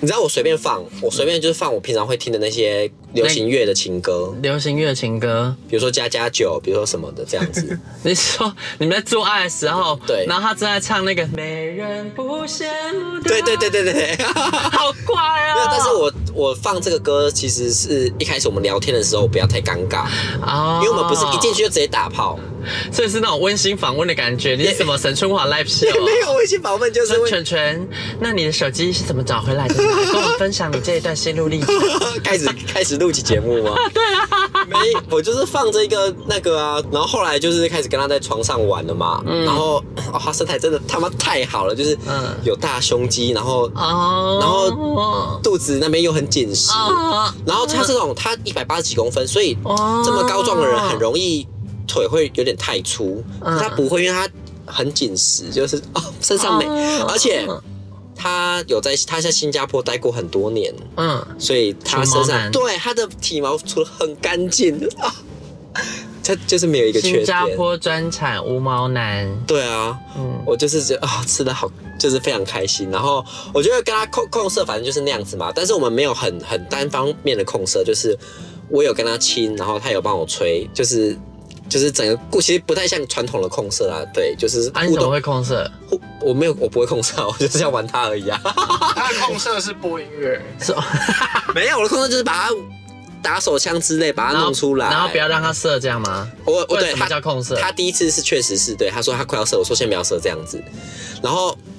Speaker 4: 你知道我随便放，我随便就是放我平常会听的那些流行乐的情歌，
Speaker 3: 流行乐情歌。
Speaker 4: 比如说加加酒，比如说什么的这样 子。
Speaker 3: 你说你们在做爱的时候，
Speaker 4: 对
Speaker 3: 然后他正在唱那个没人不羡慕的，
Speaker 4: 对对对，对 对对。
Speaker 3: 好怪啊！
Speaker 4: 没有，但是我我放这个歌其实是一开始我们聊天的时候不要太尴尬，
Speaker 3: 哦
Speaker 4: 因为我们不是一进去，就直接打炮。
Speaker 3: 所以是那种温馨访问的感觉。你是什么沈春华 live show？
Speaker 4: 没有，我一些访问就是
Speaker 3: 孙
Speaker 4: 会
Speaker 3: 纯纯，那你的手机是怎么找回来的呢？跟我分享你这一段心路历程。
Speaker 4: 开始开始录起节目吗？对啊，没，我就是放着一个那个啊，然后后来就是开始跟他在床上玩了嘛，然后哦，他身材真的他妈太好了，就是
Speaker 3: 嗯
Speaker 4: 有大胸肌， 然后
Speaker 3: 哦，
Speaker 4: 然后肚子那边又很紧实，
Speaker 3: 哦
Speaker 4: 然后他这种他一百八十几公分，所以
Speaker 3: 哦
Speaker 4: 这么高壮的人很容易腿会有点太粗，
Speaker 3: 嗯
Speaker 4: 他不会，因为他很紧实，就是哦身上没，
Speaker 3: 哦
Speaker 4: 而且他有在他在新加坡待过很多年。
Speaker 3: 嗯，
Speaker 4: 所以他身
Speaker 3: 除毛
Speaker 4: 上
Speaker 3: 男
Speaker 4: 对他的体毛除了很干净 啊，他就是没有一个缺
Speaker 3: 新加
Speaker 4: 点。
Speaker 3: 坡专产无毛男，
Speaker 4: 对啊，
Speaker 3: 嗯
Speaker 4: 我就是觉得啊、吃的好，就是非常开心。然后我觉得跟他控控色，反正就是那样子嘛。但是我们没有很很单方面的控色，就是我有跟他亲，然后他有帮我吹，就是就是整个故其实不太像传统的控色啊。对，就是
Speaker 3: 啊，你
Speaker 4: 互
Speaker 3: 怎么
Speaker 4: 动。
Speaker 3: 会控色？
Speaker 4: 互我没有，我不会控色啊，我就是要玩他而已啊。
Speaker 5: 他的控色是播音乐，
Speaker 3: 是 哦
Speaker 4: 没有，我的控色就是把他打手枪之类，把他
Speaker 3: 然后
Speaker 4: 弄出来，
Speaker 3: 然后不要让他射，这样吗？
Speaker 4: 我我
Speaker 3: 为
Speaker 4: 对
Speaker 3: 什么叫控色
Speaker 4: 他第一次是确实是对，他说他快要射，我说先不要射这样子，然后。嗯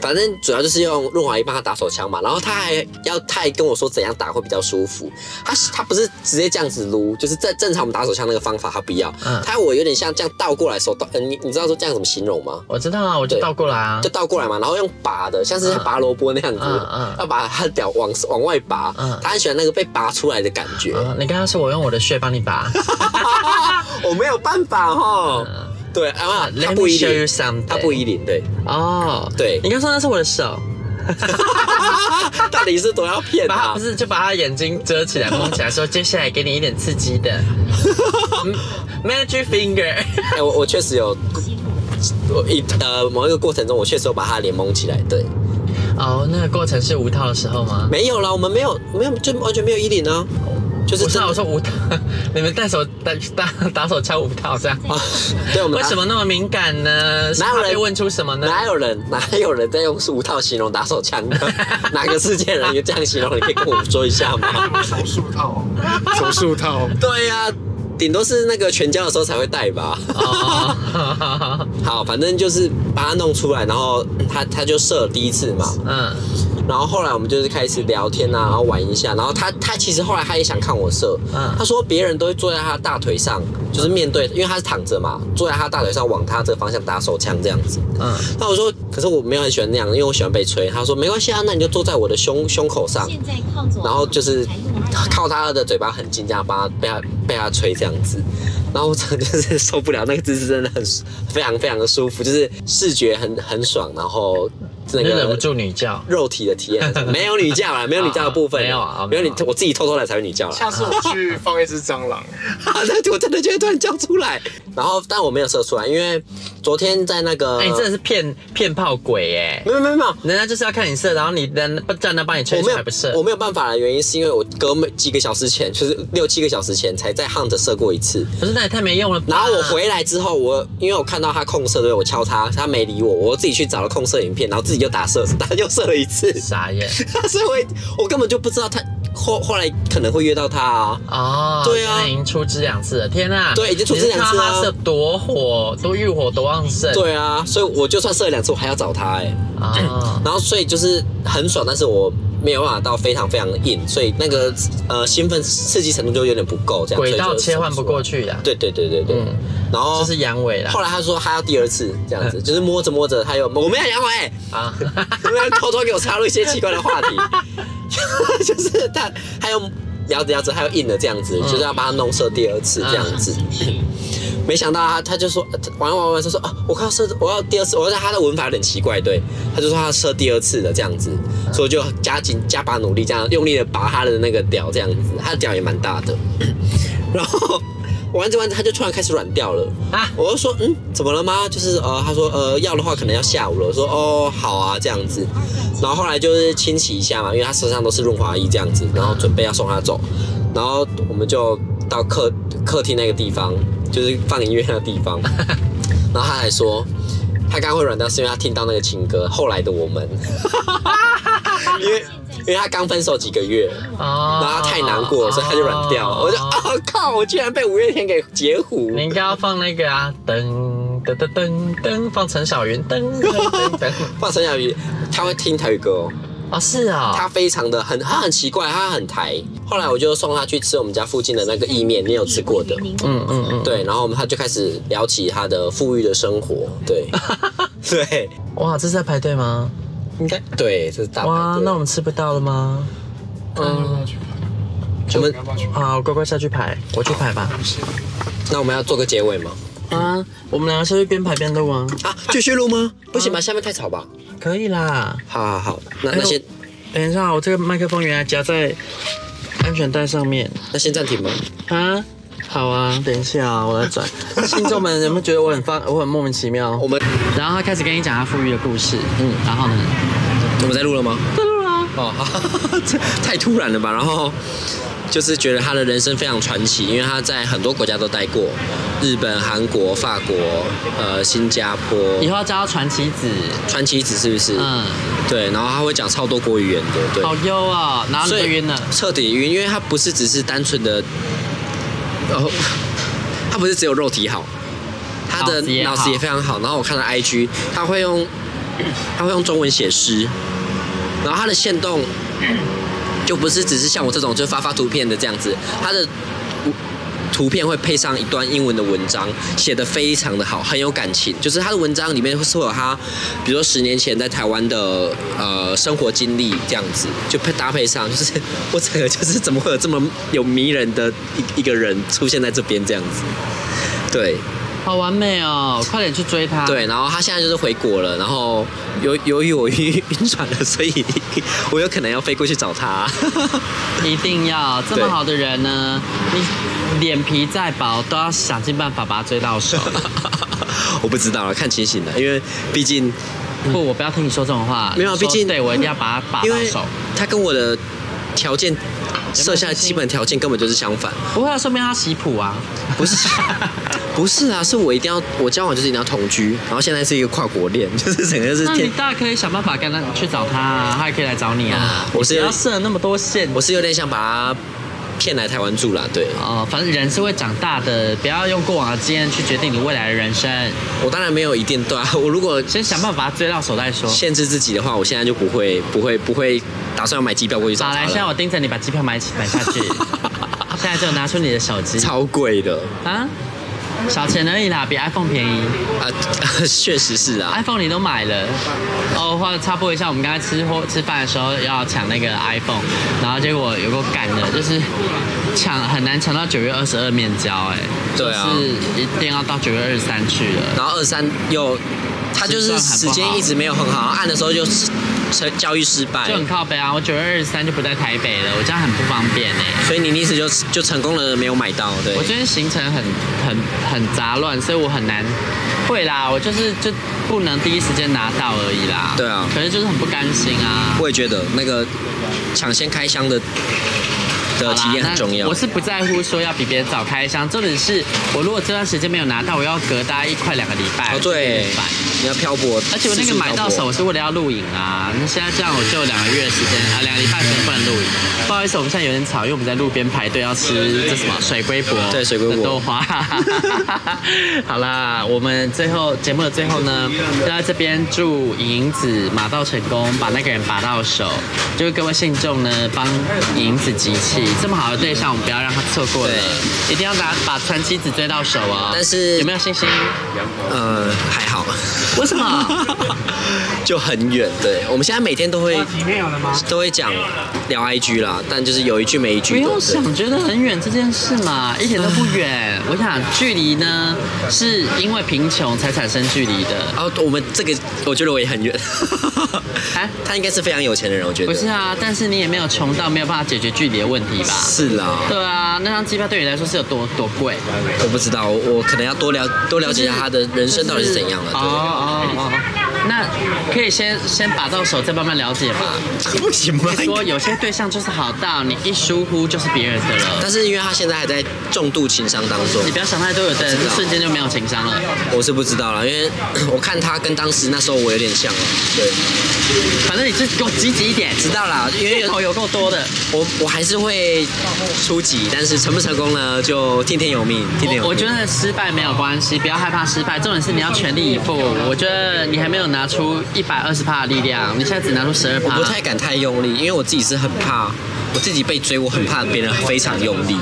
Speaker 4: 反正主要就是用润滑液帮他打手枪嘛，然后他还要他还跟我说怎样打会比较舒服。他他不是直接这样子撸，就是正正常我们打手枪那个方法他不要，
Speaker 3: 嗯
Speaker 4: 他我有点像这样倒过来手倒，呃、你你知道说这样怎么形容吗？
Speaker 3: 我知道啊，我就
Speaker 4: 对
Speaker 3: 倒过来啊
Speaker 4: 就。倒过来嘛，然后用拔的，像是
Speaker 3: 嗯
Speaker 4: 拔萝卜那样子，
Speaker 3: 嗯嗯
Speaker 4: 要把他的屌往往外拔，
Speaker 3: 嗯
Speaker 4: 他很喜欢那个被拔出来的感觉。
Speaker 3: 啊，你跟他说我用我的血帮你 拔。
Speaker 4: 我没有办法哈，对，啊，
Speaker 3: 嗯 Let
Speaker 4: 他
Speaker 3: me
Speaker 4: 不依
Speaker 3: show you
Speaker 4: 恋，
Speaker 3: something。
Speaker 4: 他不依恋，对，
Speaker 3: 哦，
Speaker 4: 对
Speaker 3: 你刚说那是我的手，
Speaker 4: 到底是多要骗啊
Speaker 3: 把他
Speaker 4: 他
Speaker 3: 不？是就把他眼睛遮起来蒙起来，说接下来给你一点刺激 的。嗯 Magic finger，
Speaker 4: 哎，我我确实有，我一呃某一个过程中，我确实有把他的脸蒙起来，对，
Speaker 3: 哦，那个过程是无套的时候吗？
Speaker 4: 啊没有啦，我们没有没有就完全没有依恋呢，就是
Speaker 3: 我知
Speaker 4: 真
Speaker 3: 道，我
Speaker 4: 的
Speaker 3: 说舞蹈， 你们带手打打打手枪舞蹈这 样，
Speaker 4: 啊，对我们
Speaker 3: 为
Speaker 4: 打
Speaker 3: 什么那么敏感呢？是
Speaker 4: 哪有
Speaker 3: 怕被
Speaker 4: 人
Speaker 3: 问出什么呢？
Speaker 4: 哪有人哪有人在用五套形容打手 枪的？哪个世界人也这样形容？你可以跟我们说一 下吗？
Speaker 6: 手术套，
Speaker 5: 手术套，
Speaker 4: 对呀、顶多是那个全交的时候才会戴吧。
Speaker 3: 哦，
Speaker 4: 好，反正就是把它弄出来，然后 他他就射了第一次嘛，
Speaker 3: 嗯，
Speaker 4: 然后后来我们就是开始聊天啊，然后玩一下，然后他他其实后来他也想看我射，
Speaker 3: 嗯
Speaker 4: 他说别人都会坐在他的大腿上，就是面对，因为他是躺着嘛，坐在他大腿上往他这个方向打手枪这样子，
Speaker 3: 嗯，
Speaker 4: 那我说可是我没有很喜欢那样，因为我喜欢被吹，他说没关系啊，那你就坐在我的胸胸口上，
Speaker 7: 现在靠左，
Speaker 4: 然后就是
Speaker 7: 财路二
Speaker 4: 靠他的嘴巴很近，这样把他被他被他吹这样子，然后我真的就是受不了，那个姿势真的很舒非常非常的舒服，就是视觉很很爽，然后那
Speaker 3: 你
Speaker 4: 个呃
Speaker 3: 忍不住女叫，
Speaker 4: 肉体的体验，没有女 教啦，没有女教的部分，
Speaker 3: 啊没有啊
Speaker 4: 没有你
Speaker 3: 没有啊
Speaker 4: 我自己偷偷来才有女 教啦。
Speaker 5: 下次我去放一只蟑螂，
Speaker 4: 那我真的就会突然叫出来，然后但我没有射出来，因为昨天在那个，
Speaker 3: 哎，你真的是骗骗炮鬼哎
Speaker 4: 没，有没有没有，
Speaker 3: 人家就是要看你射，然后你人不站那帮你吹
Speaker 4: 我没
Speaker 3: 吹还不
Speaker 4: 有
Speaker 3: 射
Speaker 4: 我，没有办法的原因是因为我隔没几个小时前，就是六七个小时前才在 Hunt 射过一次，
Speaker 3: 可是那也太没用了吧。
Speaker 4: 然后我回来之后，我因为我看到他控射，对我敲他，他没理我，我自己去找了控射影片，然后自己就打射， 他又射了一次，
Speaker 3: 傻 眼
Speaker 4: 所以我我根本就不知道他后后来可能会约到他啊。
Speaker 3: 哦，
Speaker 4: 对啊
Speaker 3: 那已经出枝两次了，天啊，
Speaker 4: 对已经出枝两次
Speaker 3: 你
Speaker 4: 啊
Speaker 3: 是看到他射多火，多欲火，多旺盛，
Speaker 4: 对啊，所以我就算射了两次，我还要找他哎、
Speaker 3: 啊，
Speaker 4: 然后所以就是很爽，但是我没有办法到非常非常硬，所以那个呃兴奋刺激程度就有点不够，这样
Speaker 3: 轨道切换不过
Speaker 4: 去。
Speaker 3: 去呀，
Speaker 4: 对对对对哦对，
Speaker 3: 嗯
Speaker 4: 然后
Speaker 3: 这是阳痿啦
Speaker 4: 后来他说他要第二次这样子，就是摸着摸着他又我没有阳痿、欸，
Speaker 3: 啊，
Speaker 4: 因为偷偷给我插入一些奇怪的话题， 就是他还有聊着聊着，还有硬了这样子，就是要把他弄射第二次这样子。没想到他他就说呃玩玩玩，他说啊，我快要射，我要第二次，我要他的文法有点奇怪，对，他就说他要射第二次了这样子，所以我就加紧加把努力，这样用力的拔他的那个屌这样子，他的屌也蛮大的，然后。玩着玩着，他就突然开始软掉了。
Speaker 3: 啊
Speaker 4: 我就说，嗯，怎么了吗？就是呃，他说呃，要的话可能要下午了。我说哦，好啊，这样子。然后后来就是清洗一下嘛，因为他身上都是润滑液这样子，然后准备要送他走，然后我们就到客客厅那个地方，就是放音乐那个地方，然后他还说。他刚刚会软掉，是因为他听到那个情歌《后来的我们》，因为因为他刚分手几个月，
Speaker 3: 哦
Speaker 4: 然后他太难过了，所以他就软掉了。我就啊、靠，我居然被五月天给截胡。
Speaker 3: 你应该要放那个啊，噔噔噔噔噔，放陈小云，噔噔噔噔。
Speaker 4: 放陈小鱼，他会听台语歌哦。
Speaker 3: 哦，是啊、
Speaker 4: 他非常的很，他很奇怪，他很台。后来我就送他去吃我们家附近的那个意面，你有吃过的？
Speaker 3: 嗯嗯嗯，
Speaker 4: 对，然后我们他就开始聊起他的富裕的生活，对， 对，
Speaker 3: 哇，这是在排队吗？
Speaker 4: 应该对，这是大
Speaker 3: 哇，
Speaker 4: 排
Speaker 3: 那我
Speaker 4: 队。
Speaker 3: 们吃不到了吗？嗯
Speaker 4: 嗯，
Speaker 5: 就
Speaker 4: 我们
Speaker 5: 你要不要去拍？
Speaker 3: 好，乖乖下去排，我去排吧。
Speaker 4: 那我们要做个结尾吗？
Speaker 3: 啊，我们两个下去边排边录啊，
Speaker 4: 啊，继续录吗？不行吧，下面太吵吧。
Speaker 3: 可以啦。
Speaker 4: 好好好，
Speaker 3: 哎
Speaker 4: 那那先
Speaker 3: 等一下，我这个麦克风原来夹在安全带上面
Speaker 4: 那先暂停吧。
Speaker 3: 啊。好啊，等一下啊，我来转。听众们有没有觉得我很方，我很莫名其妙？
Speaker 4: 我们
Speaker 3: 然后他开始跟你讲他富裕的故事，嗯，然后呢？
Speaker 4: 我们在录了吗？在录了。
Speaker 3: 啊
Speaker 4: 哦，好 这太突然了吧？然后就是觉得他的人生非常传奇，因为他在很多国家都待过，日本、韩国、法国、呃新加
Speaker 3: 以
Speaker 4: 坡，嗯
Speaker 3: 后要叫他传奇子，
Speaker 4: 传奇子是不是？
Speaker 3: 嗯，
Speaker 4: 对，然后他会讲超多国语言的，对。
Speaker 3: 好优啊、然后你
Speaker 4: 所
Speaker 3: 就
Speaker 4: 以
Speaker 3: 晕了。
Speaker 4: 彻底晕，因为他不是只是单纯的，哦，他不是只有肉体好，他
Speaker 3: 脑
Speaker 4: 的
Speaker 3: 子也好
Speaker 4: 脑子也非常好。然后我看了 IG，他会用 他会用中文写诗，然后他的线动就不是只是像我这种就发发图片的这样子，他的图图片会配上一段英文的文章，写的非常的好，很有感情。就是他的文章里面会是会有他，比如说十年前在台湾的呃生活经历这样子，就配搭配上，就是 我整个就是怎么会有这么有迷人的一一个人出现在这边这样子，对。
Speaker 3: 好完美哦！快点去追他。
Speaker 4: 对，，然后他现在就是回国了，然后由由于我晕晕船了，所以我有可能要飞过去找他。
Speaker 3: 一定要这
Speaker 4: 对
Speaker 3: 么好的人呢，你脸皮再薄都要想尽办法把他追到手。
Speaker 4: 我不知道了，看情形的，因为毕竟
Speaker 3: 不，我不要听你说这种话。
Speaker 4: 没有
Speaker 3: 你说
Speaker 4: 毕竟
Speaker 3: 对我一定要把他把
Speaker 4: 因
Speaker 3: 到
Speaker 4: 为
Speaker 3: 手。
Speaker 4: 他跟我的条件设下的基本条件根本就是 相反，
Speaker 3: 不会啊，说明他喜谱啊。
Speaker 4: 不是，不是啊，是我一定要我交往就是一定要同居，然后现在是一个跨国恋， 就是整个就是
Speaker 3: 那你
Speaker 4: 天，
Speaker 3: 大可以想办法跟他去找他啊，他也可以来找你啊。
Speaker 4: 我是
Speaker 3: 你不
Speaker 4: 有
Speaker 3: 要设那么多线。
Speaker 4: 我是有点想把他骗来台湾住啦，对
Speaker 3: 哦，反正人是会长大的，不要用过往的经验去决定你未来的人生。
Speaker 4: 我当然没有一定对啊，我如果
Speaker 3: 先想办法把他追到手再说。
Speaker 4: 限制自己的话，我现在就不会不会不会打算要买机票过去找
Speaker 3: 好，
Speaker 4: 他
Speaker 3: 来，现在
Speaker 4: 了，
Speaker 3: 我盯着你把机票买起买下 去。现在就拿出你的手机
Speaker 4: 超贵的
Speaker 3: 啊，小钱而已啦，比 iPhone 便宜。
Speaker 4: 啊， 确实是啊，
Speaker 3: iPhone 你都买了，哦，话插播一下，我们刚才吃或吃饭的时候要抢那个 iPhone，然后结果有个干的，就是抢很难抢到九月二十二面交，哎，
Speaker 4: 对啊
Speaker 3: 就是一定要到九月二十三去了。
Speaker 4: 然后二三又他就是时间一直没有很好，按的时候就成交易失败
Speaker 3: 就，很靠北啊！我九月二十三就不在台北了，我这样很不方便哎。
Speaker 4: 所以你意思就就成功了没有买到，对
Speaker 3: 我，最近行程很很很杂乱，所以我很难会啦。我就是就不能第一时间拿到而已啦。
Speaker 4: 对啊
Speaker 3: 可是就是很不甘心啊。
Speaker 4: 我也觉得那个抢先开箱的的
Speaker 3: 好啦
Speaker 4: 体验很重
Speaker 3: 那
Speaker 4: 要
Speaker 3: 我，是不在乎说要比别人早开箱，重点是我如果这段时间没有拿到，我要隔大概一块两个礼拜。
Speaker 4: 哦对
Speaker 3: 我就很烦，
Speaker 4: 你要漂泊，
Speaker 3: 而且我那个买到手我是为了要录影啊，那现在这样我就两个月的时间啊，两个礼拜时间不能录影。不好意思，我们现在有点吵，因为我们在路边排队要吃这什么水龟脖，
Speaker 4: 对水龟
Speaker 3: 的
Speaker 4: 粿
Speaker 3: 豆 花。好啦，我们最后节目的最后呢，要在这边祝银子马到成功，把那个人拔到手。就是各位信众呢，帮银子集气，这么好的对象，我们不要让他错过了，一定要把把传奇子追到手哦。
Speaker 4: 但是
Speaker 3: 有没有信心？
Speaker 4: 呃还好。
Speaker 3: 为什么？
Speaker 4: 就很远。对，我们现在每天都会都会讲聊 IG 啦，但就是有一句没一
Speaker 3: 不
Speaker 4: 句的。
Speaker 3: 用
Speaker 4: 对
Speaker 3: 想，觉得很远这件事嘛，一点都不远。我想距离呢，是因为贫穷才产生距离的。
Speaker 4: 然后哦我们这个，我觉得我 也很远。
Speaker 3: 哎
Speaker 4: 他应该是非常有钱的人，我觉得。
Speaker 3: 不是啊，但是你也没有穷到没有办法解决距离的问题吧？
Speaker 4: 是啦，
Speaker 3: 对啊，那张机票对你来说是有多多贵？
Speaker 4: 我不知道，我我可能要多了多了解一下他的人生到底是怎样啊
Speaker 3: 哦
Speaker 4: 了。
Speaker 3: 哦哦，那可以先先把到手，再慢慢了解吧。
Speaker 4: 对不行吗
Speaker 3: 可以说有些对象就是好到你一疏忽就是别人的了，
Speaker 4: 但是因为他现在还在重度情商当中
Speaker 3: 你，不要想太多，有的人瞬间就没有情商了。
Speaker 4: 我是不知道啦，因为 我看他跟当时那时候我有点像了。对，
Speaker 3: 反正你就给我积极一点，
Speaker 4: 知道啦，因为
Speaker 3: 借
Speaker 4: 有
Speaker 3: 口有够多的。
Speaker 4: 我我还是会出击，但是成不成功呢，就听天由命，听天由命。
Speaker 3: 我我觉得失败没有关系，不要害怕失败，重点是你要全力以赴。我觉得你还没有拿出一百二十帕的力量，你现在只拿出十二
Speaker 4: 我
Speaker 3: 帕
Speaker 4: 不。太敢太用力，因为我自己是很怕，我自己被追，我很怕别人非常用力，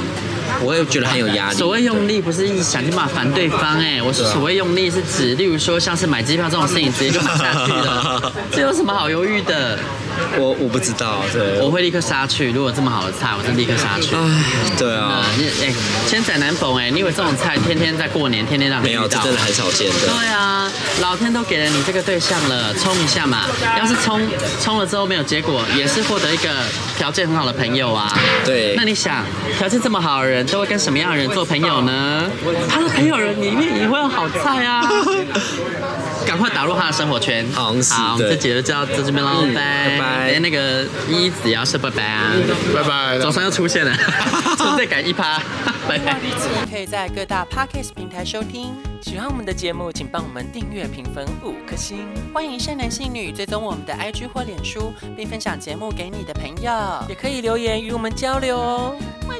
Speaker 4: 我会觉得很有压力。
Speaker 3: 所谓用力，不是一想就麻烦对方哎、我说
Speaker 4: 啊
Speaker 3: 所谓用力是指，例如说像是买机票这种事情，直接就买下去 了，这有什么好犹豫的？
Speaker 4: 我我不知道，对，
Speaker 3: 我会立刻杀去，如果这么好的菜，我是立刻杀 去。
Speaker 4: 唉，对啊
Speaker 3: 啊，，你哎，千载难逢哎，你以为这种菜天天在过年，天天让你
Speaker 4: 没
Speaker 3: 遇到
Speaker 4: 有，这真的很少见的。
Speaker 3: 对啊，老天都给了你这个对象了，冲一下嘛。
Speaker 4: 啊
Speaker 3: 要是冲冲了之后没有结果，也是获得一个条件很好的朋友啊。
Speaker 4: 对
Speaker 3: 那你想，条件这么好的人，都会跟什么样的人做朋友呢？他的朋友人里面也会有好菜 啊。赶快打入他的生活圈。
Speaker 4: 好像是
Speaker 3: 好，我们这
Speaker 4: 对
Speaker 3: 节就到这边喽，
Speaker 4: 嗯
Speaker 3: 拜
Speaker 4: 拜拜嗯
Speaker 3: 哎，那个一子也要说拜拜啊。
Speaker 5: 拜拜。
Speaker 3: 早上又出现 了，存在感一趴，拜拜。
Speaker 1: 可以在各大 podcast 平台收听。喜欢我们的节目，请帮我们订阅、评分五颗星。欢迎善男信女追踪我们的 IG 或脸书，并分享节目给你的朋友，也可以留言与我们交流哦。
Speaker 2: 为
Speaker 1: 嗯